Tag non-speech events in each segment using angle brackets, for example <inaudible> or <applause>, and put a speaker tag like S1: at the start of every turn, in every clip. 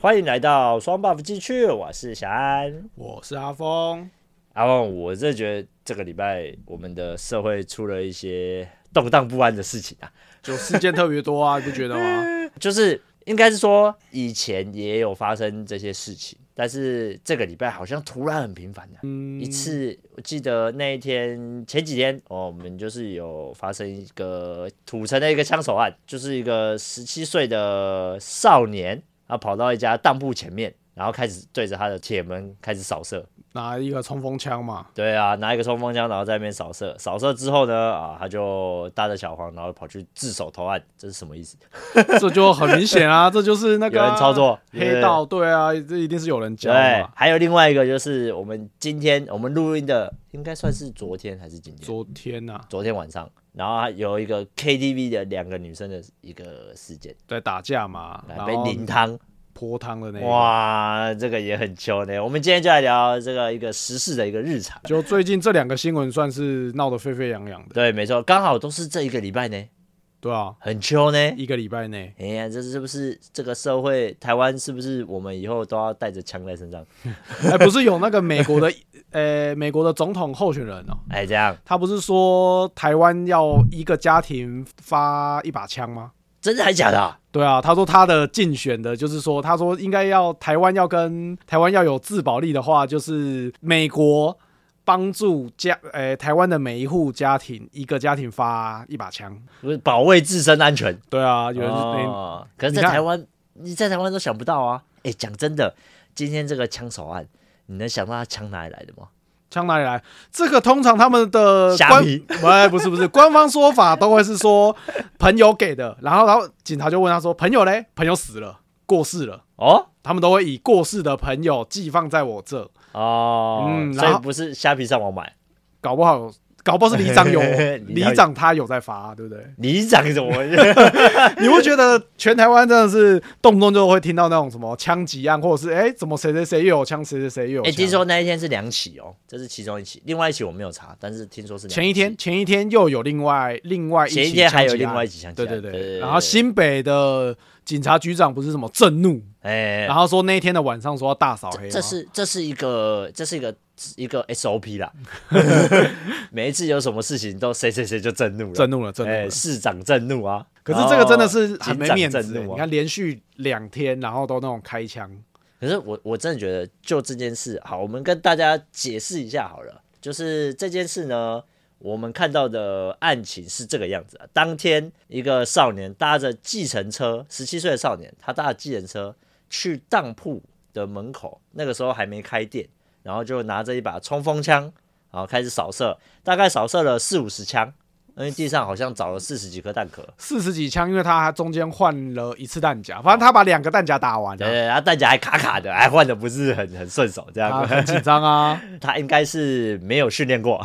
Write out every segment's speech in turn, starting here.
S1: 欢迎来到双 buff 继续，我是小安。
S2: 我是阿峰，
S1: 阿旺，我真的觉得这个礼拜我们的社会出了一些动荡不安的事情啊，
S2: 就事件特别多啊，你不觉得吗？ <laughs>
S1: 就是应该是说以前也有发生这些事情，但是这个礼拜好像突然很频繁的、
S2: 嗯
S1: 一次。我记得那一天前几天哦，我们就是有发生一个土城的一个枪手案，就是一个十七岁的少年啊跑到一家当铺前面，然后开始对着他的铁门开始扫射。
S2: 拿一个冲锋枪嘛， <laughs>
S1: 对啊，拿一个冲锋枪，然后在那边扫射，扫射之后呢，啊，他就搭着小黄，然后跑去自首投案，这是什么意思？
S2: 这就很明显啊，这就是那个啊
S1: 有人操作
S2: 黑道，啊对啊，这一定是有人教的
S1: 对
S2: 嘛。，
S1: 还有另外一个就是我们今天我们录音的，应该算是昨天还是今天？昨
S2: 昨天呐、啊，
S1: 天晚上，然后还有一个 KTV 的两个女生的一个事件，
S2: 在打架嘛，然
S1: 被
S2: 后
S1: 淋汤，
S2: 泼汤的那个。
S1: 哇，这个也很糗呢。我们今天就来聊这个一个时事的一个日常。
S2: 就最近这两个新闻算是闹得沸沸扬扬的，
S1: 对，没错，刚好都是这一个礼拜呢，
S2: 对啊，
S1: 很糗呢。
S2: 一个礼拜内，
S1: 哎呀，这是不是这个社会？台湾是不是我们以后都要带着枪在身上？
S2: 哎，不是有那个美国的， <laughs> 呃，美国的总统候选人哦，
S1: 哎，这样
S2: 他不是说台湾要一个家庭发一把枪吗？
S1: 真的还假的啊、
S2: 对啊，他说他的竞选的，就是说，他说应该要台湾要跟台湾要有自保力的话，就是美国帮助家，呃、台湾的每一户家庭，一个家庭发一把枪。
S1: 不是保卫自身安全？
S2: 对啊，有人是、
S1: 哦，可是，在
S2: 你看
S1: 台湾，你在台湾都想不到啊！哎，讲真的，今天这个枪手案，你能想到他枪哪里来的吗？
S2: 枪哪里来？这个通常他们的
S1: 虾
S2: 官
S1: 皮，
S2: 哎，不是不是，官方说法都会是说朋友给的，然后然后警察就问他说，朋友嘞？朋友死了，过世了，
S1: 哦
S2: 他们都会以过世的朋友寄放在我这，
S1: 哦，
S2: 嗯
S1: 所
S2: 然
S1: 以
S2: 后
S1: 不是虾皮上网买，
S2: 搞不好搞不好是里长有
S1: 里
S2: 里
S1: 长有
S2: 长他有在发，对不对？ <laughs>
S1: 里长怎么？ <laughs>
S2: 你会觉得全台湾真的是动不动就会听到那种什么枪击案，或者是哎、怎么谁谁谁又有枪，谁谁谁又有
S1: 哎，
S2: 枪。
S1: 听说那一天是两起哦，这是其中一起，另外一起我没有查，但是听说是两起
S2: 前一天前一天又有另外另外一起
S1: 前一天还有
S2: 枪击案
S1: 另外一起枪击
S2: 对
S1: 案
S2: 对
S1: 对对对
S2: 对。然后新北的警察局长不是什么震怒，
S1: 哎，
S2: 然后说那一天的晚上说要大扫黑
S1: 这这
S2: 吗，
S1: 是这是一个这是一个一个 SOP
S2: <laughs>
S1: 啦， <laughs> 每一次有什么事情都谁谁谁就震怒了，
S2: 震怒了震怒
S1: 哎
S2: 了。
S1: 市长震怒啊！
S2: 可是这个真的
S1: 然
S2: 是
S1: 后
S2: 很
S1: 警
S2: 没
S1: 长
S2: 面子、欸
S1: 震怒
S2: 你
S1: 啊！
S2: 看连续两天，然后都那种开枪，
S1: 可是我我真的觉得，就这件事，好，我们跟大家解释一下好了。就是这件事呢，我们看到的案情是这个样子、啊：当天，一个少年搭着计程车，十七岁的少年，他搭着计程车去当铺的门口，那个时候还没开店，然后就拿着一把冲锋枪，然后开始扫射，大概扫射了四五十枪，因为地上好像找了四十几颗弹壳。
S2: 四十几枪，因为他还中间换了一次弹夹，反正他把两个弹夹打完啊了、
S1: 对，啊然后弹夹还卡卡的，还换的不是很很顺手，这样。 <laughs>
S2: 他很紧张啊，
S1: 他应该是没有训练过，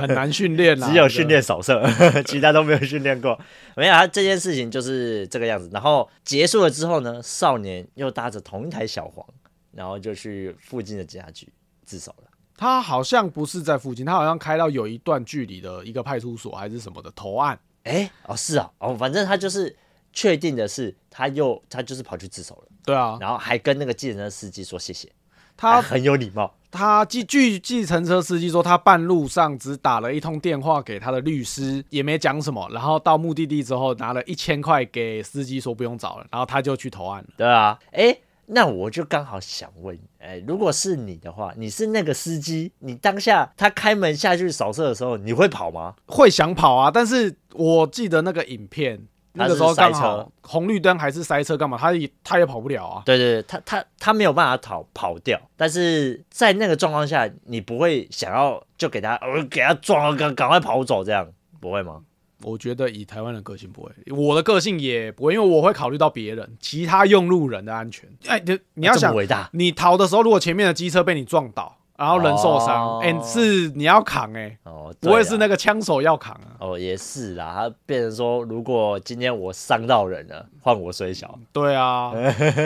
S2: 很难训练啊
S1: <laughs>
S2: 啦，
S1: 只有训练扫射，其他都没有训练过。没有，他这件事情就是这个样子。然后结束了之后呢，少年又搭着同一台小黄，然后就去附近的警察局自首了。
S2: 他好像不是在附近，他好像开到有一段距离的一个派出所还是什么的投案。
S1: 哎，哦，是啊，哦，反正他就是确定的是，他又他就是跑去自首了，
S2: 对啊，
S1: 然后还跟那个计程车司机说谢谢，他
S2: 他
S1: 很有礼貌。
S2: 他据据计程车司机说，他半路上只打了一通电话给他的律师，也没讲什么。然后到目的地之后，拿了一千块给司机说不用找了，然后他就去投案了。
S1: 对啊，哎，那我就刚好想问，哎，如果是你的话，你是那个司机，你当下他开门下去扫射的时候，你会跑吗？
S2: 会想跑啊，但是我记得那个影片。
S1: 他
S2: 那
S1: 是
S2: 个时候刚
S1: 塞车
S2: 好红绿灯还是塞车，干嘛？他也他也跑不了啊。
S1: 对对对，他他他没有办法逃跑掉，但是在那个状况下，你不会想要就给他，呃，给他撞了，赶赶快跑走这样，不会吗？
S2: 我觉得以台湾的个性不会，我的个性也不会，因为我会考虑到别人、其他用路人的安全。哎，你你要
S1: 这么
S2: 想，
S1: 伟大，
S2: 你逃的时候，如果前面的机车被你撞倒，然后人受伤，
S1: 哦
S2: 哎、是你要扛哎、
S1: 哦，
S2: 不会是那
S1: 个
S2: 个枪手要扛啊。
S1: 哦，也是啦，他变成说，如果今天我伤到人了，换我虽小，
S2: 对
S1: <laughs>
S2: 啊，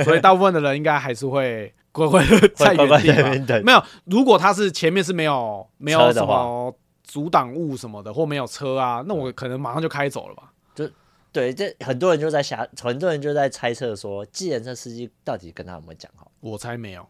S2: 所以大部分的人应该还是会乖乖的在
S1: 会乖乖
S2: 原地
S1: 在那
S2: 吧
S1: 边等。
S2: 没有，如果他是前面是没有没
S1: 车
S2: 有
S1: 的
S2: 什么阻挡物什么的，或没有车啊，那我可能马上就开走了吧。
S1: 就对，这很多人就在想，很多人就在猜测说，计程车司机到底跟他有没有讲好？
S2: 我猜没有，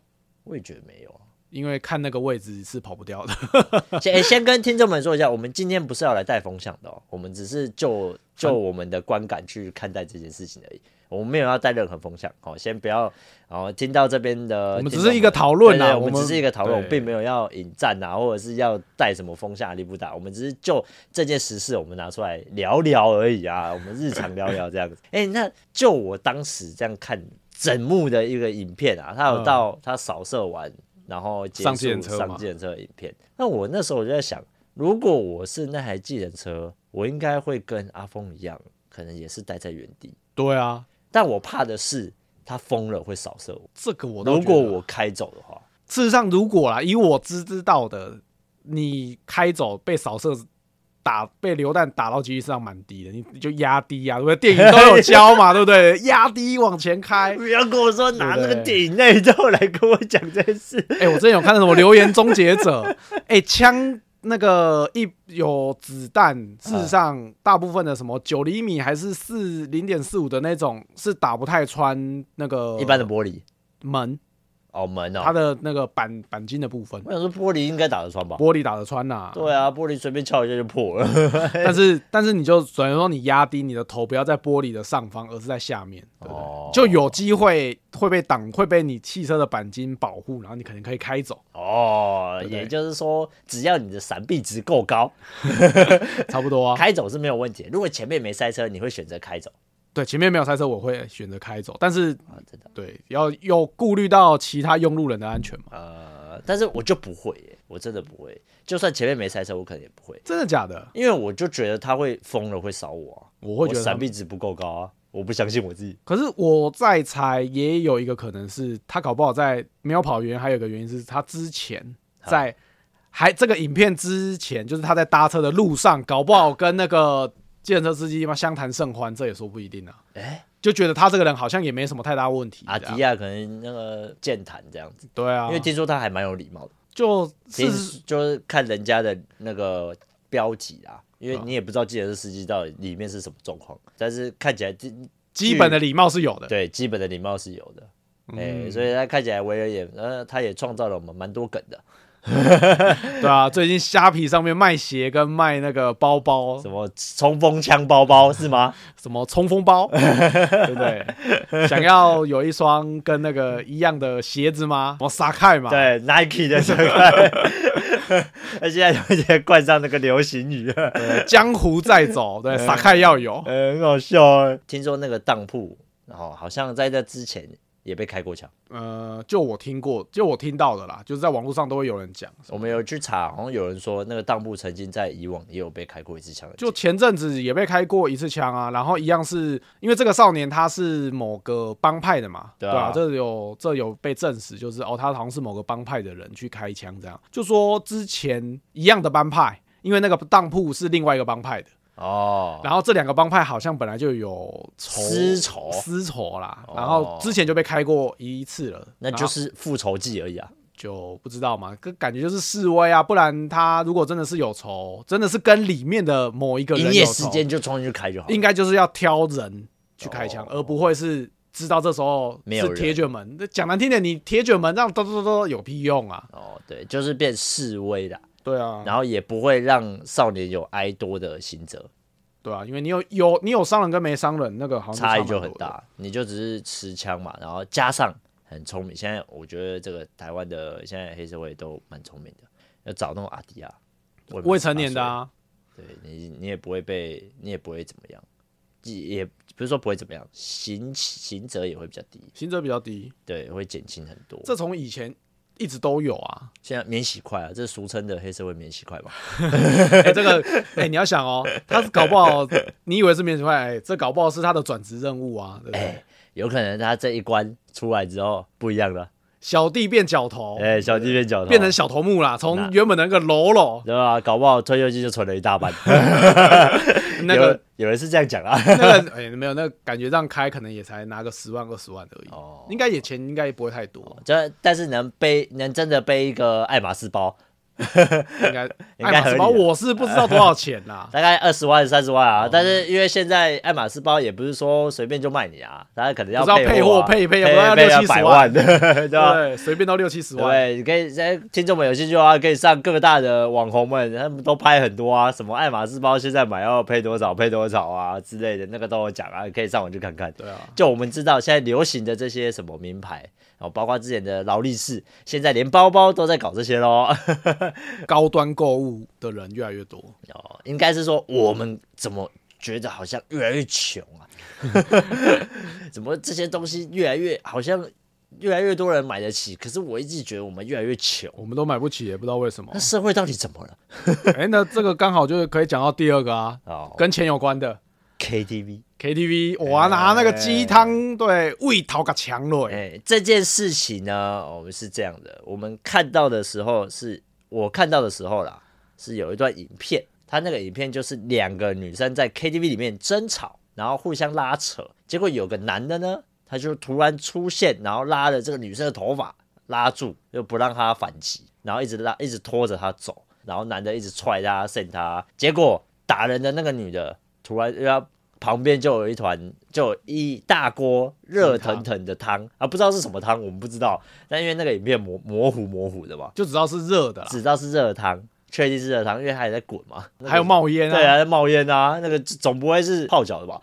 S1: 我也觉得没有啊。啊
S2: 因为看那个位置是跑不掉的。
S1: <laughs> 先、诶先跟听众们说一下，我们今天不是要来带风向的哦，我们只是就就
S2: 嗯
S1: 我们的观感去看待这件事情而已，我们没有要带任何风向哦，先不要哦。听到这边的，
S2: 我们只是一个讨论
S1: 啦，
S2: 啦，
S1: 对我们只是一个讨论，我们
S2: 对
S1: 并没有要引战啊，或者是要带什么风向力不打，我们只是就这件实事我们拿出来聊聊而已啊，我们日常聊聊这
S2: <laughs>
S1: 样子。哎、那就我当时这样看整幕的一个影片啊，他有
S2: 嗯
S1: 到他扫射完，然后结
S2: 上
S1: 束
S2: 计程车
S1: 上
S2: 嘛
S1: 计程车的影片。那我那时候我就在想，如果我是那台计程车，我应该会跟阿峰一样，可能也是待在原地，
S2: 对啊，
S1: 但我怕的是他疯了会扫射我。
S2: 这个我倒
S1: 如
S2: 觉
S1: 果
S2: 得
S1: 我开走的话。
S2: 事实上，如果啦，以我知知道的，你开走被扫射打被榴弹打到几率上蛮低的，你你就压低啊，对不对？电影都有教嘛，对不对？压低往前开。
S1: 不要跟我说拿那
S2: 对
S1: 个
S2: 不哎对
S1: 电影那一套来跟我讲这件事。
S2: 哎、我之前有看到什么《留言终结者》哎、枪那个一有子弹，事
S1: 嗯
S2: 实上大部分的什么九厘米还是四零点四五的那种，是打不太穿那个
S1: 一般的玻璃
S2: 门，
S1: 哦门
S2: 它
S1: 哦，
S2: 的那个钣钣金的部分，
S1: 我想说玻璃应该打得穿吧？
S2: 玻璃打得穿呐、
S1: 对啊，玻璃随便敲一下就破了。
S2: 但是但是你就等于说你压低你的头，不要在玻璃的上方，而是在下面，对不
S1: <laughs>
S2: 对？
S1: 哦
S2: 就有机会会被挡，会被你汽车的钣金保护，然后你可能可以开走，
S1: 哦，
S2: 对不对
S1: 也就是说，只要你的闪避值够高，
S2: 差不多啊。
S1: 开走是没有问题的。如果前面没塞车，你会选择开走
S2: 对，前面没有塞车，我会选择开走，但是
S1: 啊，真的。
S2: 对要有顾虑到其他用路人的安全嘛？
S1: 呃，但是我就不会耶，我真的不会。就算前面没塞车，我可能也不会，
S2: 真的假的？
S1: 因为我就觉得他会疯了，会扫我啊。
S2: 我
S1: 我
S2: 会觉得他
S1: 闪
S2: 们。
S1: 避值不够高啊，我不相信我自己。
S2: 可是我在猜，也有一个可能是他搞不好在没有跑原因，还有一个原因是他之前在
S1: 啊
S2: 还这个影片之前，就是他在搭车的路上，搞不好跟那个计程车司机嘛相谈甚欢，这也说不一定啊。
S1: 哎
S2: 就觉得他这个人好像也没什么太大问题。啊
S1: 阿迪亚可能那个健谈这样子，
S2: 对啊，
S1: 啊因为听说他还蛮有礼貌的。
S2: 就
S1: 其
S2: 是
S1: 实就是看人家的那个标题啦，因为
S2: 嗯
S1: 你也不知道计程车司机到底里面是什么状况，但是看起来基
S2: 基本的礼貌是有的。
S1: 对基本的礼貌是有的，哎、
S2: 嗯
S1: 所以他看起来为人也呃，他也创造了我们蛮多梗的，
S2: 对啊，最近虾皮上面卖鞋跟卖那个包包，
S1: 什么冲锋枪包包是吗？
S2: 什么冲
S1: <laughs>
S2: 锋包，对不对？想要有一双跟那个一样的鞋子吗？我撒开嘛，
S1: 对，Nike 的这个，他现在有点冠上那个流行语了，
S2: 对，江湖
S1: <laughs>
S2: 再走，对，撒开要有。
S1: 呃，很好笑
S2: 嗯
S1: 哎。听说那个当铺，然、后好像在这之前也被开过枪。
S2: 呃，就我听过，就我听到的啦，就是在网络上都会有人讲。
S1: 我们有去查，好像有人说那个当铺曾经在以往也有被开过一次枪的，
S2: 就前阵子也被开过一次枪啊，然后一样是因为这个少年他是某个帮派的嘛，
S1: 对
S2: 对
S1: 啊
S2: 吧、这有这有被证实，就是哦，他好像是某个帮派的人去开枪，这样就说之前一样的帮派，因为那个当铺是另外一个帮派的，
S1: 哦，
S2: 然后这两个帮派好像本来就有仇
S1: 私仇，
S2: 私仇啦
S1: 哦，
S2: 然后之前就被开过一次了，
S1: 那
S2: 然
S1: 就
S2: 后
S1: 是复仇记而已啊。
S2: 就不知道嘛，跟感觉就是示威啊，不然他如果真的是有仇，真的是跟里面的某一个
S1: 营
S2: 人
S1: 业
S2: 有
S1: 时
S2: 仇，
S1: 间就冲进去开就好了
S2: 应。该就是要挑人去开枪，
S1: 哦
S2: 而不会是知道这时候
S1: 没有
S2: 是
S1: 人
S2: 铁卷门。那讲难听点，你铁卷门让哆哆哆哆有屁用啊？
S1: 哦，对，就是变示威啦，
S2: 对啊，
S1: 然后也不会让少年有哀多的刑责，
S2: 对啊，因为你有有你有伤人跟没伤人哦那个好像
S1: 差异
S2: 蛮多
S1: 就
S2: 的
S1: 很。大。你就只是持枪嘛，然后加上很聪明。现在我觉得这个台湾的现在黑社会都蛮聪明的，要找那种阿迪啊亚
S2: 未成年的啊，
S1: 对你，你也不会被，你也不会怎么样，也也不是说不会怎么样，刑刑责也会比较低，
S2: 刑责比较低，
S1: 对，会减轻很多。
S2: 这从以前一直都
S1: <laughs>
S2: 有啊。
S1: 现在免洗块啊，这俗称的黑社会免洗块嘛，
S2: 哎、这个哎、你要想哦，他是搞不好，你以为是免洗块，哎、这搞不好是他的转职任务啊，对不对？
S1: 有可能他这一关出来之后不一样了，
S2: 小弟变角头，
S1: 哎、小弟变角头，
S2: 哦变成小头目啦，从原本的那个喽喽，
S1: 对吧？搞不好退休金就存了一大半，
S2: <laughs> 那个
S1: 有有人是这样讲啊，
S2: <laughs>
S1: <laughs>
S2: 那个哎、没有，那个感觉让开可能也才拿个十万二十万而已，
S1: 哦
S2: 应该也钱应该也不会太多。
S1: 这但是能背能真的背一个爱马仕包，
S2: 应该
S1: <laughs> 应该
S2: 爱马
S1: 合
S2: 仕
S1: 理
S2: 包
S1: 啊，
S2: 我是不知道多少钱啦
S1: 大概二十万、三十万啊。但是因为现在爱马仕包也不是说随便就卖你啊，大家可能要
S2: 不是要配货
S1: 啊
S2: 配一配
S1: 配
S2: 要不然要
S1: 配
S2: 六七
S1: 要
S2: 十
S1: 百
S2: 万
S1: 万， <laughs> 对啊吧？
S2: 对，随便都六七十万。
S1: 对，你可以，现在听众们有兴趣的话，可以上各大的网红们，他们都拍很多啊，什么爱马仕包现在买要配多少配多少啊之类的，那个都有讲啊，可以上网去看看。
S2: 对啊，
S1: 就我们知道现在流行的这些什么名牌，然后包括之前的劳力士，现在连包包都在搞这些喽。
S2: 高端购物的人越来越多，
S1: 哦，应该是说我们怎么觉得好像越来越穷啊？怎么这些东西越来越好像越来越多人买得起，可是我一直觉得我们越来越穷。
S2: 我们都买不起，也不知道为什么
S1: 那。社会到底怎么了？
S2: 哎，那这个刚好就是可以讲到第二个啊，
S1: 哦
S2: 跟钱有关的
S1: KTV，
S2: KTV，哇，拿那个鸡汤对胃头个强了
S1: 哎、，这件事情呢，我们是这样的，我们看到的时候是，我看到的时候啦，是有一段影片，它那个影片就是两个女生在 KTV 里面争吵，然后互相拉扯，结果有个男的呢，他就突然出现，然后拉了这个女生的头发，拉住，又不让她反击，然后一直拉，一直拖着她走，然后男的一直踹她、扇她，结果打人的那个女的突然又要。旁边就有一团，就有一大锅热腾腾的汤啊，不知道是什么汤，我们不知道。但因为那个影片模模糊模糊的嘛，
S2: 就只要是热的啦，
S1: 只知道是热汤，确定是热汤，因为它也在滚嘛。那个
S2: 还有冒烟
S1: 对
S2: 啊，
S1: 啊，在冒烟啊，那个总不会是泡脚的吧？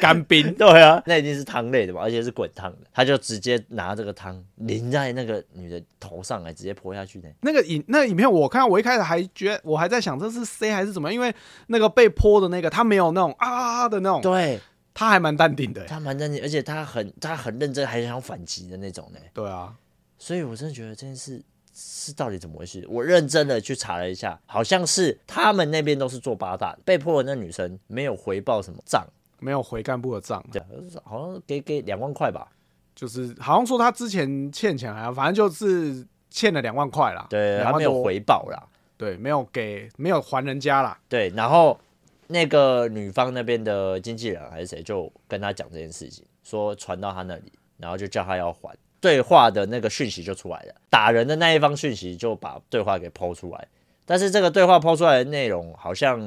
S2: 干冰，
S1: <laughs> 对啊，那一定是汤类的嘛，而且是滚烫的。他就直接拿这个汤淋在那个女的头上来，直接泼下去呢。
S2: 那个影那个影片，我看到我一开始还觉得我还在想这是 C 还是怎么样，因为那个被泼的那个他没有那种啊啊啊的那种，
S1: 对，
S2: 他还蛮淡
S1: <laughs>
S2: 定的欸。
S1: 他蛮认真，而且他很他很认真，还想反击的那种呢。
S2: 对啊，
S1: 所以我真的觉得这件事是到底怎么回事？我认真的去查了一下，好像是他们那边都是做八大的，被迫的那女生没有回报什么账，
S2: 没有回干部的账，
S1: 对，好像给给两万块吧，
S2: 就是好像说他之前欠钱还要，反正就是欠了两万块啦，
S1: 对，
S2: 两
S1: 他
S2: 万
S1: 没有
S2: 多，
S1: 回报啦。
S2: 对，没有给，没有还人家啦，
S1: 对，然后那个女方那边的经纪人还是谁，就跟他讲这件事情，说传到他那里，然后就叫他要还。对话的那个讯息就出来了，打人的那一方讯息就把对话给剖出来，但是这个对话剖出来的内容好像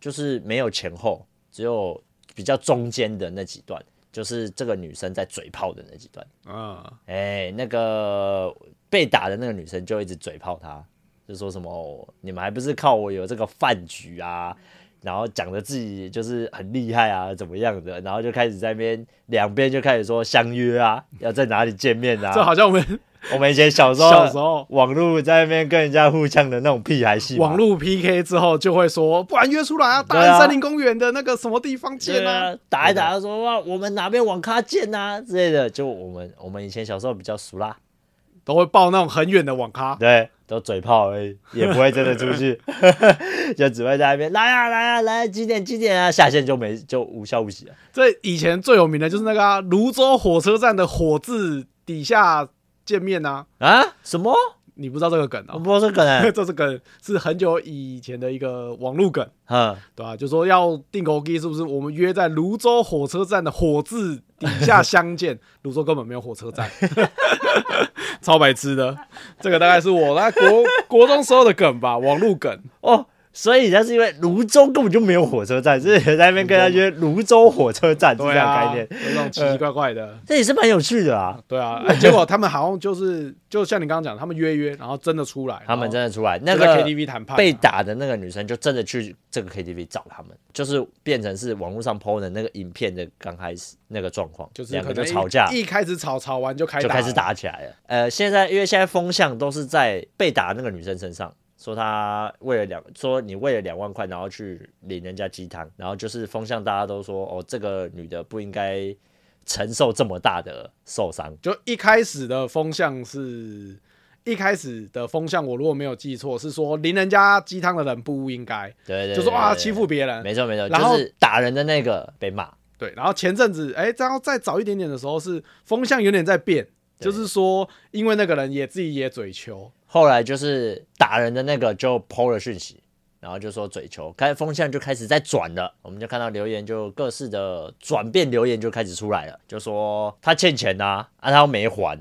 S1: 就是没有前后，只有比较中间的那几段，就是这个女生在嘴炮的那几段。
S2: 嗯，
S1: 哎、那个被打的那个女生就一直嘴炮他，就说什么、哦、你们还不是靠我有这个饭局啊，然后讲的自己就是很厉害啊，怎么样的，然后就开始在那边两边就开始说相约啊，要在哪里见面
S2: 这
S1: 啊。
S2: 好像我们
S1: 我们以前小时候，
S2: 小时候
S1: 网络在那边跟人家互呛的那种屁孩戏嘛，
S2: 网络 PK 之后就会说，不然约出来啊，大安森林公园的那个什么地方见
S1: 对
S2: 啊，
S1: 啊，打一打他说哇，我们哪边网咖见啊之类的，就我们我们以前小时候比较熟啦，
S2: 都会报那种很远的网咖，
S1: 对，都嘴炮而已，也不会真的出去， <laughs> 就只会在那边来啊来啊来啊几点几点啊，下线就没就无消无息了。
S2: 这以前最有名的就是那个啊泸、州火车站的火字底下见面啊，
S1: 啊？什么？
S2: 你不知道这个梗
S1: 我
S2: 啊？
S1: 不知道这个呢。
S2: <laughs> 这是梗，是很久以前的一个网络梗，
S1: 嗯，
S2: 对吧、啊就说要订购机，是不是？我们约在泸州火车站的火字底下
S1: <laughs>
S2: 相见。泸州根本没有火车站， <laughs> 超白痴的。这个大概是我在 <laughs> 国国中时候的梗吧，网络梗。
S1: 哦，所以那是因为泸州根本就没有火车站，所以在那边跟他约泸州火车站是这
S2: 对
S1: 样
S2: 啊，
S1: 概
S2: 有
S1: 念。
S2: 那种奇奇怪怪的。
S1: 这也是蛮有趣的啊。
S2: 对啊，哎结果他们好像就是，就像你刚刚讲，他们约约，然后真的出来，
S1: 他们真
S2: 的
S1: 的出来，那
S2: 在
S1: 个
S2: KTV 谈判啊
S1: 被打的那个女生就真的去这个 KTV 找他们，就是变成是网络上 PO 的那个影片的刚开始那个状况，
S2: 就是
S1: 两
S2: 可
S1: 个
S2: 能
S1: 就
S2: 一
S1: 吵架，
S2: 一开始吵，吵完就开
S1: 就开
S2: 了
S1: 始，打起来了。呃，现在因为现在风向都是在被打那个女生身上，说她为了两，说你为了两万块，然后去领人家鸡汤，然后就是风向大家都说，哦，这个女的不应该承受这么大的受伤。
S2: 就一开始的风向是，一开始的风向，我如果没有记错，是说淋人家鸡汤的人不应该，
S1: 对对对
S2: 就说啊
S1: 对对
S2: 欺负别人，
S1: 没错没错，
S2: 然后
S1: 就是打人的那个被骂，
S2: 对。然后前阵子，哎、然后再早一点点的时候是风向有点在变，
S1: 对
S2: 就是说因为那个人也自己也嘴球，
S1: 后来就是打人的那个就抛了讯息，然后就说嘴球，开风向就开始在转了，我们就看到留言就各式的转变，留言就开始出来了，就说他欠钱呐、啊，他又没还，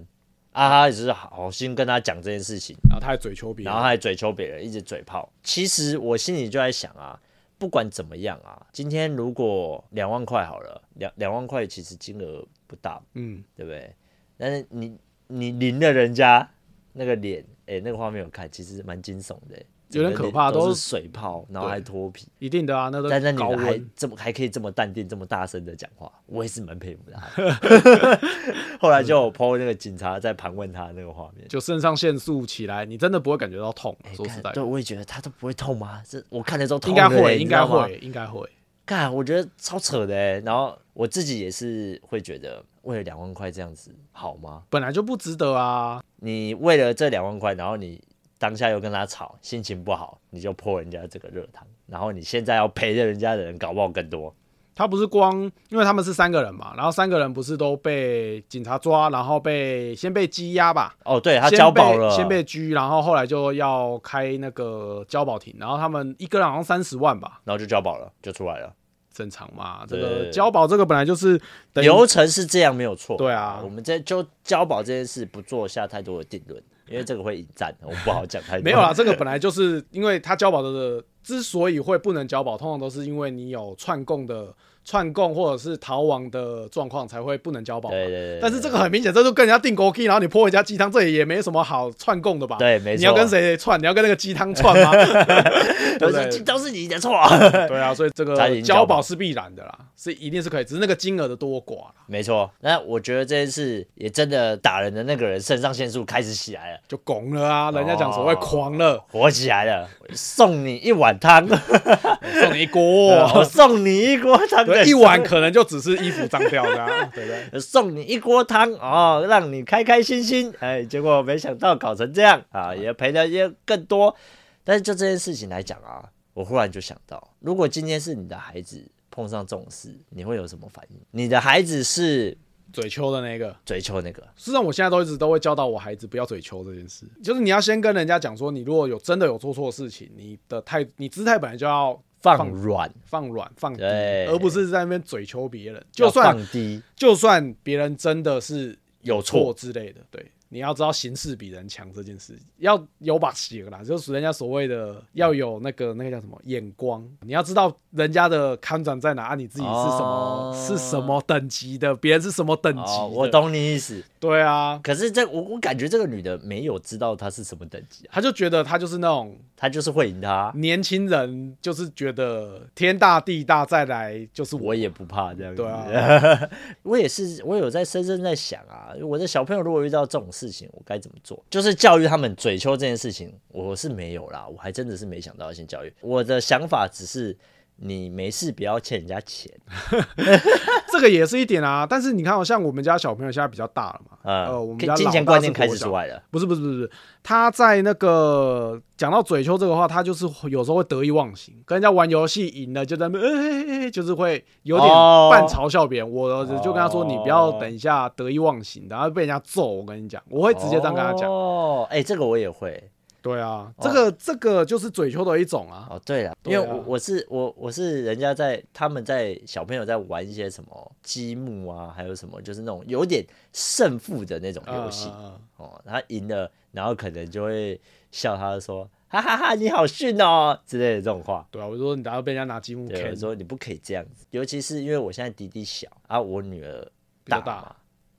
S1: 啊哈也是好心跟他讲这件事情，
S2: 然后他还嘴求别人，
S1: 然后还嘴求别人，一直嘴炮。其实我心里就在想啊，不管怎么样啊，今天如果两万块好了，两两万块其实金额不大，
S2: 嗯，
S1: 对不对？但是你你淋了人家那个脸，哎、那个画面我看其实蛮惊悚的、
S2: 有点可怕
S1: 整个脸
S2: 都
S1: 都是水泡，然后还脱皮，
S2: 一定的啊，那都
S1: 但那女
S2: 高
S1: 的还
S2: 温，
S1: 这么还可以这么淡定、这么大声的讲话，我也是蛮佩服她的。后来就有 PO 那个警察在盘问她的那个画面，
S2: 就肾上腺素起来，你真的不会感觉到痛。说
S1: 哎看
S2: 实在的
S1: 对，，我也觉得她都不会痛吗？这我看的时候
S2: 应
S1: 痛
S2: 该
S1: 的
S2: 会，
S1: 欸
S2: 应该。
S1: 你知道吗
S2: 会，应该会。
S1: 干，我觉得超扯的哎。然后我自己也是会觉得，为了两万块这样子好吗？
S2: 本来就不值得啊，
S1: 你为了这两万块，然后你当下又跟他吵，心情不好，你就泼人家这个热汤，然后你现在要陪着人家的人，搞不好更多。
S2: 他不是光，因为他们是三个人嘛，然后三个人不是都被警察抓，然后被先被羁押吧，
S1: 哦，对他
S2: 先
S1: 交保
S2: 被
S1: 了，
S2: 先被拘，然后后来就要开那个交保庭，然后他们一个人好像三十万吧，
S1: 然后就交保了，就出来了。
S2: 正常嘛，这
S1: 对对
S2: 个
S1: 对
S2: 交保这个本来就是等于
S1: 流程是这样没有错。
S2: 哎对啊
S1: 我们这就交保这件事不做下太多的定论，因为这个会引战，我不好讲太多。
S2: 没有
S1: <laughs>
S2: 啦，这个本来就是因为他交保的，之所以会不能交保，通常都是因为你有串供的串供或者是逃亡的状况才会不能交保嘛。
S1: 对，对对对，
S2: 但是这个很明显，这就跟人家订枸杞，然后你泼人家鸡汤，这也没什么好串供的吧？
S1: 对没错
S2: 你要跟谁串？你要跟那个鸡汤串吗？
S1: <laughs>
S2: 对
S1: 都
S2: 不
S1: 是
S2: 对？
S1: 都是你的错。
S2: 对啊，所以这
S1: 他已
S2: 个
S1: 经交保
S2: 保是必然的啦，是一定是可以，只是那个金额的多寡啦，
S1: <laughs> 没错，那我觉得这件事也真的打人的那个人肾上腺素开始起来了。
S2: 就拱了
S1: 哦
S2: 啊！人家讲所谓
S1: <laughs>
S2: 狂了，
S1: 火起来了，送你一碗汤，
S2: 送你一锅
S1: 我
S2: 哦，
S1: 送你一锅汤
S2: 对，一碗可能就只是衣服脏掉
S1: <laughs>
S2: 的、啊，对不对？
S1: 送你一锅汤哦，让你开开心心。哎，结果没想到搞成这样啊，也赔的也更多。但是就这件事情来讲啊，我忽然就想到，如果今天是你的孩子碰上这种事，你会有什么反应？你的孩子是
S2: 嘴丘的那个。
S1: 追求那个，
S2: 事实上，我现在都一直都会教导我孩子不要嘴求这件事，就是你要先跟人家讲说，你如果有真的有做错事情，你的态你姿态本来就要
S1: 放软，
S2: 放软放低，
S1: 对
S2: 而不是在那边嘴求别人。
S1: 要
S2: 就算
S1: 放低
S2: 就算别人真的是
S1: 有
S2: 错
S1: 错，
S2: 之类的，对，你要知道形势比人强这件事，要有把血啦，就是人家所谓的要有那个那个叫什么眼光，你要知道人家的看展在哪，啊你自己是什么、
S1: 哦
S2: 是什么等级的，别人是什么等级的、
S1: 哦，我，懂你意思。
S2: 对啊。
S1: 可是这我我感觉这个女的没有知道她是什么等级啊，
S2: 他就觉得他就是那种
S1: 她就是会赢啊她。
S2: 年轻人，就是觉得天大地大，再来就是我。
S1: 我也不怕这样子。
S2: 对啊
S1: <laughs> 我也是，我有在深深在想啊，我的小朋友如果遇到这种事情，我该怎么做？就是教育他们嘴丘这件事情，我是没有啦，我还真的是没想到要先教育。我的想法只是，你没事不要欠人家钱，
S2: 这个也是一点啊。但是你看哦，像我们家小朋友现在比较大了嘛，
S1: 啊，
S2: 呃，我们
S1: 可以
S2: 家
S1: 金钱
S2: 老大
S1: 观念
S2: 是
S1: 开
S2: 国
S1: 始
S2: 小
S1: 出来了，
S2: 不是不是不是，不是他在那个讲到嘴丘这个话，他就是会有时候会得意忘形，跟人家玩游戏赢了就在那边、欸欸欸，就是会有点
S1: 哦
S2: 半嘲笑别人。我儿子就跟他说：“
S1: 哦
S2: 你不要等一下得意忘形，然后被人家揍。”我跟你讲，我会直接这样跟他讲。
S1: 哦，哎、这个我也会。
S2: 对啊，这个、这个就是嘴丘的一种啊。
S1: 哦，对了，因
S2: 对
S1: 为
S2: 啊
S1: 我我是我我是人家在他们在小朋友在玩一些什么积木啊，还有什么就是那种有点胜负的那种游戏。
S2: 嗯嗯嗯
S1: 哦，他赢了，然后可能就会笑他说：“哈哈哈你好逊哦之类的这种话。
S2: 对啊，我就说你等下被人家拿积木
S1: 对，
S2: 砍
S1: 我，说你不可以这样子，尤其是因为我现在弟弟小啊，我女儿
S2: 比较
S1: 大嘛
S2: 大，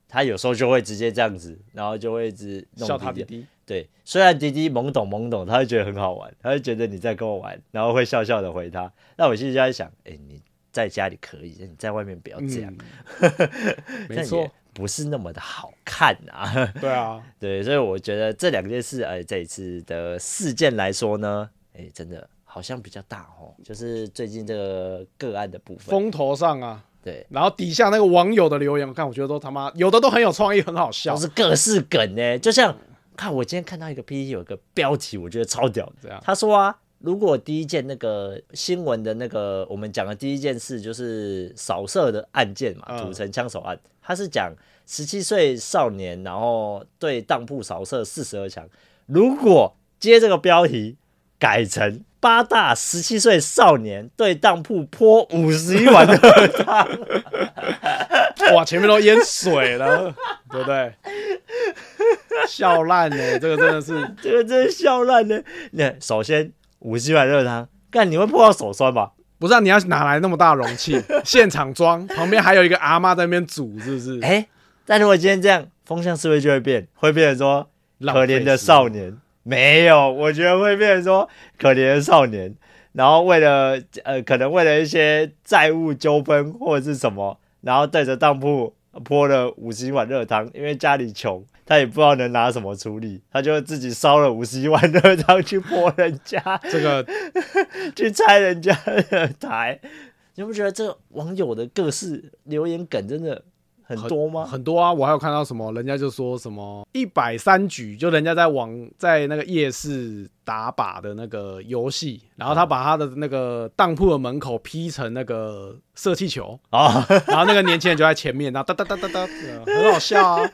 S1: 她有时候就会直接这样子，然后就会一直弄
S2: 笑他弟
S1: 弟。
S2: 弟。
S1: 对，虽然弟弟懵懂懵懂，他会觉得很好玩，他会觉得你在跟我玩，然后会笑笑的回他。那我心里就在想，哎、你在家里可以，你在外面不要这样，
S2: 嗯，
S1: 但 <laughs>
S2: 没
S1: 也
S2: 错，
S1: 不是那么的好看啊。
S2: 对啊，
S1: <laughs> 对，所以我觉得这两件事，哎，这一次的事件来说呢，哎，真的好像比较大哦，就是最近这个个案的部分，
S2: 风头上啊，
S1: 对，
S2: 然后底下那个网友的留言，我看我觉得都他妈有的都很有创意，很好笑
S1: 都。是各式梗呢。就像看我今天看到一个 PPT 有一个标题，我觉得超屌的，
S2: 这样
S1: 他说啊。如果第一件那个新闻的那个我们讲的第一件事就是扫射的案件嘛，
S2: 嗯
S1: 土城枪手案，他是讲十七岁少年然后对当铺扫射四十二枪。如果接这个标题改成八大十七岁少年对当铺泼五十一碗的，
S2: <laughs> 哇，前面都淹水了，对不对？笑烂呢、这个真的是
S1: <laughs> 这个真的笑烂了。那首先五十碗热汤，干你会破到手酸吧？
S2: 不知道、你要哪来那么大容
S1: <laughs>
S2: 器？现场装，旁边还有一个阿妈在那边煮，是不是？
S1: 哎、但如果今天这样，风向思维就会变，会变成说
S2: 浪费
S1: 可怜的
S2: 食物
S1: 少年。没有，我觉得会变成说可怜的少年，然后为了呃，可能为了一些债务纠纷或者是什么，然后对着当铺泼了五十一碗热汤，因为家里穷，他也不知道能拿什么处理，他就自己烧了五十一碗热汤去泼人家，
S2: 这个
S1: 去拆人家的台。你不觉得这网友的各式留言梗真的很多吗？
S2: 很多啊，我还有看到什么，人家就说什么一百三局，就人家在网在那个夜市打靶的那个游戏，然后他把他的那个当铺的门口劈成那个射气球，
S1: 啊、
S2: 然后那个年轻人就在前面，然后哒哒哒哒哒，呃很好笑啊，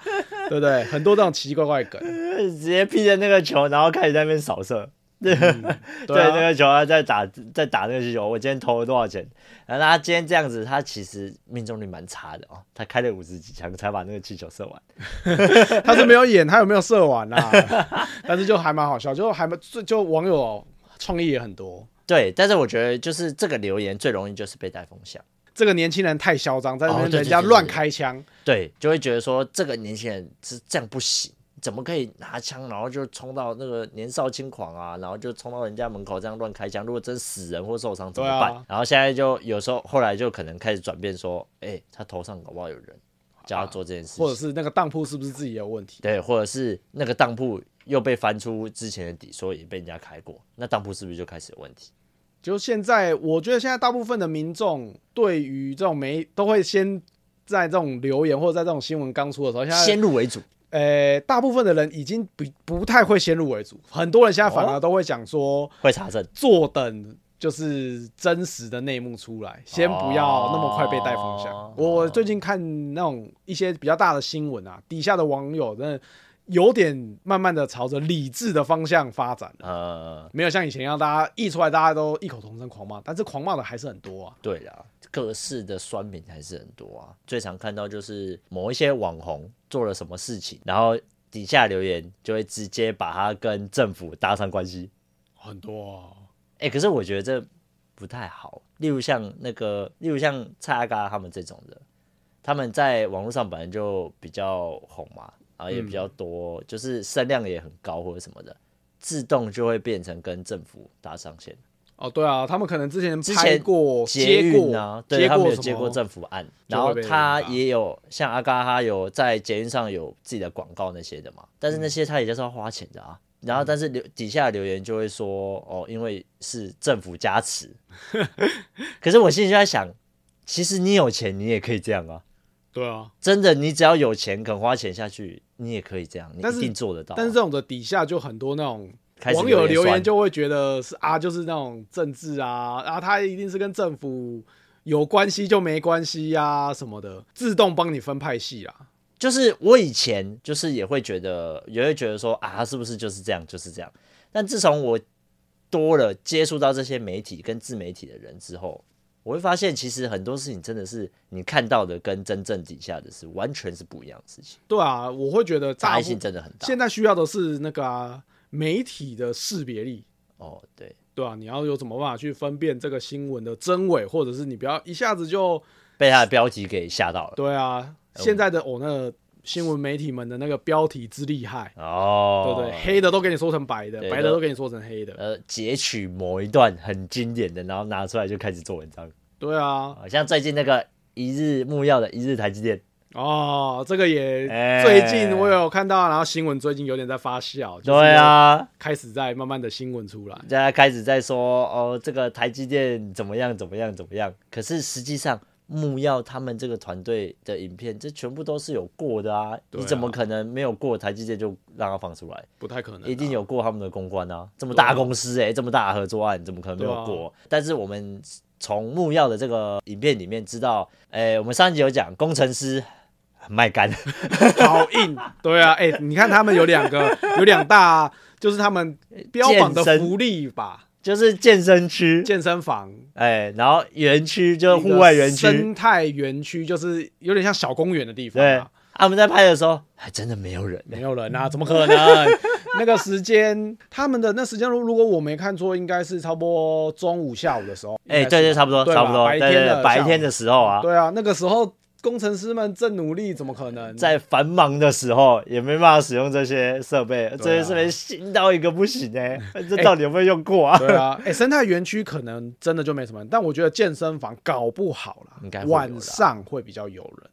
S2: 对不对？很多这种奇奇怪怪的梗，
S1: 直接披着那个球，然后开始在那边扫射。对、
S2: 对
S1: 那
S2: 啊，
S1: 个球他在打，在打那个球。我今天投了多少钱？然后他今天这样子，他其实命中率蛮差的哦。他开了五十几枪才把那个气球射完。
S2: 他是没有演，他有没有射完啊？ <laughs> 但是就还蛮好笑，就还蛮就就网友哦创意也很多。
S1: 对，但是我觉得就是这个留言最容易就是被带风向，
S2: 这个年轻人太嚣张，在那
S1: 哦
S2: 边
S1: 对
S2: 人
S1: 对
S2: 家
S1: 对对
S2: 乱
S1: 对
S2: 开枪，
S1: 对，就会觉得说这个年轻人是这样不行，怎么可以拿枪然后就冲到那个年少轻狂啊，然后就冲到人家门口这样乱开枪？如果真死人或受伤怎么办？
S2: 对啊
S1: 然后现在就有时候后来就可能开始转变说，哎、他头上搞不好有人，叫他做这件事情，
S2: 啊或者是那个当铺是不是自己有问题？
S1: 对，或者是那个当铺又被翻出之前的底，所以被人家开过，那当铺是不是就开始有问题？
S2: 就现在，我觉得现在大部分的民众对于这种媒都会先在这种留言或者在这种新闻刚出的时候，现在
S1: 先入为主，
S2: 呃，大部分的人已经不不太会先入为主，很多人现在反而都会讲说，
S1: 会查证，
S2: 坐等就是真实的内幕出来，先不要那么快被带风向。
S1: 哦
S2: 我最近看那种一些比较大的新闻啊，底下的网友真的有点慢慢的朝着理智的方向发展。
S1: 呃，
S2: 没有像以前一样，大家一出来大家都异口同声狂骂，但是狂骂的还是很多啊。
S1: 对啦，各式的酸民还是很多啊。最常看到就是某一些网红做了什么事情，然后底下留言就会直接把他跟政府搭上关系。
S2: 很多、啊，
S1: 哎、可是我觉得这不太好。例如像那个，例如像蔡阿嘎他们这种的，他们在网络上本来就比较红嘛，然后也比较多，就是声量也很高或者什么的，自动就会变成跟政府搭上线。
S2: 哦，对啊，他们可能之前
S1: 之
S2: 拍
S1: 前
S2: 过、
S1: 捷
S2: 接过
S1: 运啊，
S2: 接
S1: 对他们
S2: 过
S1: 有
S2: 什
S1: 接过
S2: 么？
S1: 政府案，
S2: 就
S1: 然
S2: 会
S1: 后
S2: 被
S1: 他
S2: 打
S1: 也有像阿嘎哈有在捷运上有自己的广告那些的嘛，但是
S2: 嗯
S1: 那些他也是要花钱的啊。然后，但是留底下的留言就会说，哦，因为是政府加
S2: <laughs>
S1: 持。可是我心里就在想，其实你有钱，你也可以这样啊。
S2: 对啊，
S1: 真的，你只要有钱，肯花钱下去，你也可以这样，你
S2: 但是
S1: 一定做得到啊。
S2: 但是这种的底下就很多那种
S1: 开始
S2: 网友留言
S1: 酸
S2: 就会觉得是啊，就是那种政治啊，啊，他一定是跟政府有关系就没关系呀、啊、什么的，自动帮你分派系啊。
S1: 就是我以前就是也会觉得，也会觉得说啊，是不是就是这样，就是这样。但自从我多了接触到这些媒体跟自媒体的人之后，我会发现其实很多事情真的是你看到的跟真正底下的是完全是不一样的事情，
S2: 对啊，我会觉得大
S1: 差
S2: 部
S1: 异性真的很大。
S2: 现在需要的是那个、啊、媒体的识别力。
S1: 哦，对，
S2: 对啊，你要有什么办法去分辨这个新闻的真伪，或者是你不要一下子就
S1: 被他的标题给吓到了。
S2: 对啊，
S1: 哎
S2: 现在的哦那个新闻媒体们的那个标题之厉害，对
S1: 哦，
S2: 不对？黑的都给你说成白的，
S1: 对
S2: 白的都给你说成黑的，
S1: 呃，截取某一段很经典的，然后拿出来就开始做文章，
S2: 对啊，
S1: 好像最近那个一日木曜的一日台积电，
S2: 哦，这个也
S1: 哎
S2: 最近我有看到，然后新闻最近有点在发酵，就是
S1: 对啊，
S2: 开始在慢慢的新闻出来，
S1: 大家开始在说哦，这个台积电怎么样怎么样怎么样。可是实际上，木曜他们这个团队的影片，这全部都是有过的啊！
S2: 对啊
S1: 你怎么可能没有过台积电就让它放出来？
S2: 不太可能啊，
S1: 一
S2: <laughs>
S1: 定有过他们的公关啊！这么
S2: 对
S1: 大
S2: 啊
S1: 公司哎、这么大的合作案，怎么可能没有过？但是我们从木曜的这个影片里面知道，哎、我们上一集有讲工程师很卖干， <laughs>
S2: 好硬，对啊，哎，你看他们有两
S1: <laughs>
S2: 个，有两大，就是他们标榜的
S1: 健身
S2: 福利吧，
S1: 就是健身区
S2: 健身房。
S1: 哎、然后园区就是户外园区，
S2: 一个生态园区就是有点像小公园的地方、
S1: 对
S2: 啊。
S1: 他们在拍的时候还真的没有人、
S2: 没有人啊，怎么可能？
S1: <laughs>
S2: 那个时间，他们的那时间，如如果我没看错，应该是差不多中午下午的时候。
S1: 哎、
S2: 应该是
S1: 对对，差不多，
S2: 对吧
S1: 差不多，
S2: 白
S1: 对
S2: 天
S1: 对
S2: 的
S1: 对，白天的
S2: 下
S1: 时候啊
S2: 午。，对啊，那个时候工程师们正努力，怎么可
S1: <laughs>
S2: 能？
S1: 在繁忙的时候也没办法使用这些设备，这些
S2: 啊
S1: 设备新到一个不行哎、
S2: <laughs>
S1: 这到底有没有用过啊？
S2: 对啊，哎、生态园区可能真的就没什么人，但我觉得健身房搞不好啦，
S1: 应该会有啦
S2: 晚上会比较有人，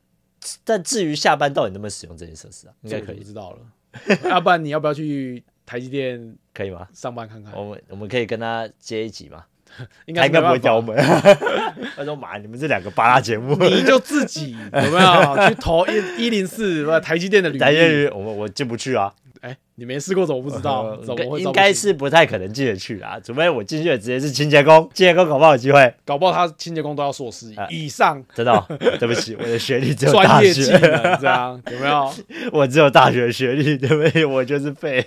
S1: 但至于下班到底能不能使用这些设施啊，应该
S2: 这我
S1: 可
S2: 就不
S1: 以，
S2: 知道了。 <laughs> 啊要不然你要不要去台积电
S1: 可以吗？
S2: 上班看看？
S1: 我们我们可以跟他接一集吗？
S2: 应
S1: 他
S2: 该
S1: 应该不会
S2: 会
S1: 屌我们。他说：“妈，你们 <laughs> 这两个巴拉节目，
S2: <laughs> 你就自
S1: <laughs>
S2: 己有没有去投一一零四台积电的履
S1: 来源
S2: 历？
S1: 于我们我进不去啊，
S2: 哎、你没试过怎么不知道？
S1: 呃
S2: 怎么哦会
S1: 应该
S2: 是
S1: 是不太可能进得去啊，除非我进去的直接是清洁工，清洁工搞不好有机会。
S2: 搞不好他清洁工都要硕士
S1: 啊
S2: 以上
S1: 真的哦、 <laughs> 对不起，我的学历只有大
S2: 专业技
S1: 学，
S2: 能，这样有没有？
S1: <laughs> 我只有大学学历，对 <laughs> 不起，我就是废。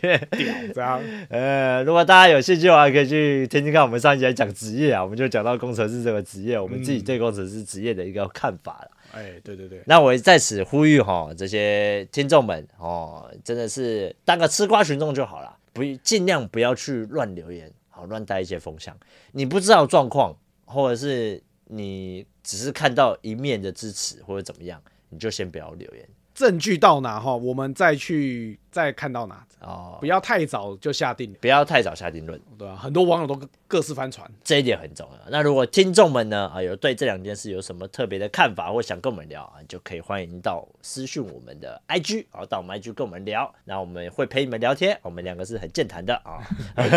S2: 这样
S1: 呃，如果大家有兴趣的话，可以去听听看我们上一集来讲职业啊，我们就讲到工程师这个职业，我们
S2: 嗯
S1: 自己对工程师职业的一个看法了。
S2: 哎、对对对，
S1: 那我在此呼吁哈，这些听众们哦，真的是当个吃瓜群众就好了，不尽量不要去乱留言，好乱带一些风向。你不知道状况，或者是你只是看到一面的支持或者怎么样，你就先不要留言
S2: 证据到哪哈，我们再去再看到哪，
S1: 哦，
S2: 不要太早就下定，
S1: 不要太早下定论。
S2: 对啊，很多网友都各各式翻船，
S1: 这一点很重要。那如果听众们呢啊有对这两件事有什么特别的看法或想跟我们聊啊，就可以欢迎到私讯我们的 IG 啊，到我们 IG 跟我们聊，那我们会陪你们聊天。我们两个是很健谈的啊，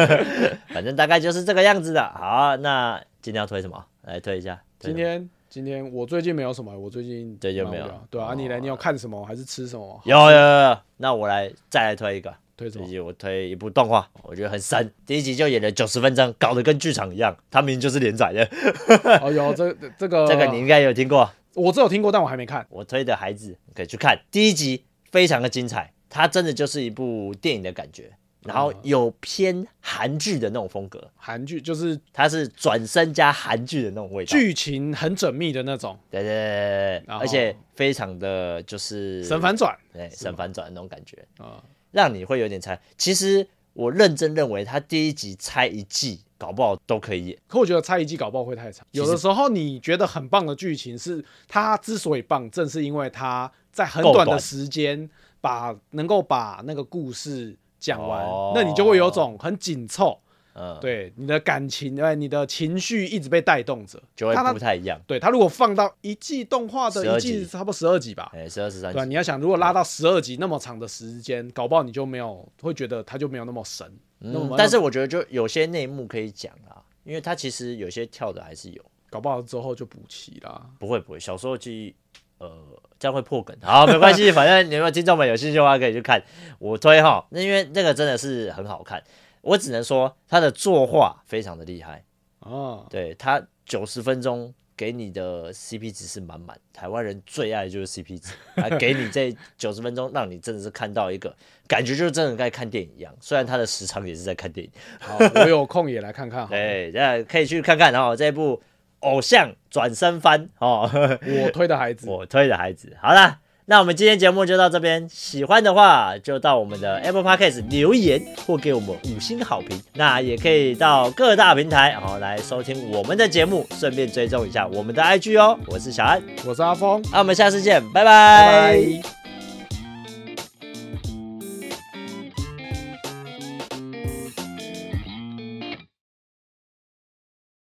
S1: <laughs> 反正大概就是这个样子的。好，那今天要推什么？来推一下。推什
S2: 今
S1: 么
S2: 天今天我最近没有什么，我最近
S1: 对就
S2: 蛮无
S1: 没有哦
S2: 聊对啊，啊你呢？你有看什么还是吃什么？
S1: 有有有有，那我来再来推一个。
S2: 推什
S1: 最
S2: 么？
S1: 近我推一部动画，我觉得很神。第一集就演了九十分钟，搞得跟剧场一样。它明明就是连载的，
S2: 哦，有这这个
S1: 这个你应该有听过。
S2: 我这有听过，但我还没看。
S1: 我推的孩子可以去看第一集，非常的精彩，它真的就是一部电影的感觉，然
S2: 嗯
S1: 后有偏韩剧的那种风格，
S2: 韩剧就是
S1: 它是转身加韩剧的那种味道，
S2: 剧情很缜密的那种，
S1: 对对对对对，
S2: 然后
S1: 而且非常的就是哦
S2: 神反转
S1: 对神反转的那种感觉，
S2: 啊，
S1: 让你会有点猜。其实我认真认为，它第一集猜一季，搞不好都可以演。
S2: 可我觉得猜一季搞不好会太长。有的时候你觉得很棒的剧情是它之所以棒，正是因为它在很
S1: 够
S2: 短的
S1: 短
S2: 时间把能够把那个故事讲完，
S1: 哦
S2: 那你就会有种很紧凑，
S1: 嗯，
S2: 对你的感情，哎，你的情绪一直被带动着，
S1: 就会
S2: 它
S1: 不太一样。
S2: 对它如果放到一季动画的
S1: 12
S2: 一季
S1: 集
S2: 差不多十二集吧。
S1: 哎，十二十三
S2: 对啊，
S1: 集，
S2: 你要想，如果拉到十二集那么长的时间，搞不好你就没有会觉得它就没有那么神。那我
S1: 嗯
S2: 们，
S1: 但是我觉得就有些内幕可以讲啦，因为它其实有些跳的还是有。
S2: 搞不好之后就补齐啦。
S1: 不会不会，小时候记忆，呃，这样会破梗。好，没关系，反正你们听众们有兴趣的话可以去看。我推哈，那因为那个真的是很好看，我只能说他的作画非常的厉害，
S2: 啊，
S1: 对他九十分钟。给你的 CP 值是满满，台湾人最爱的就是 CP 值，还给你这九十分钟，让你真的是看到一个感觉，就是真的在看电影一样。虽然它的时长也是在看电影， <laughs>
S2: 好，我有空也来看看。好了，
S1: 对，那可以去看看哦，这部《偶像转身番》哦，
S2: 我推的孩子，
S1: 我推的孩子。好啦，那我们今天节目就到这边，喜欢的话就到我们的 Apple Podcast 留言或给我们五星好评。那也可以到各大平台哦来收听我们的节目，顺便追踪一下我们的 IG 哦。我是小安，
S2: 我是阿峰，
S1: 那我们下次见，拜
S2: 拜拜。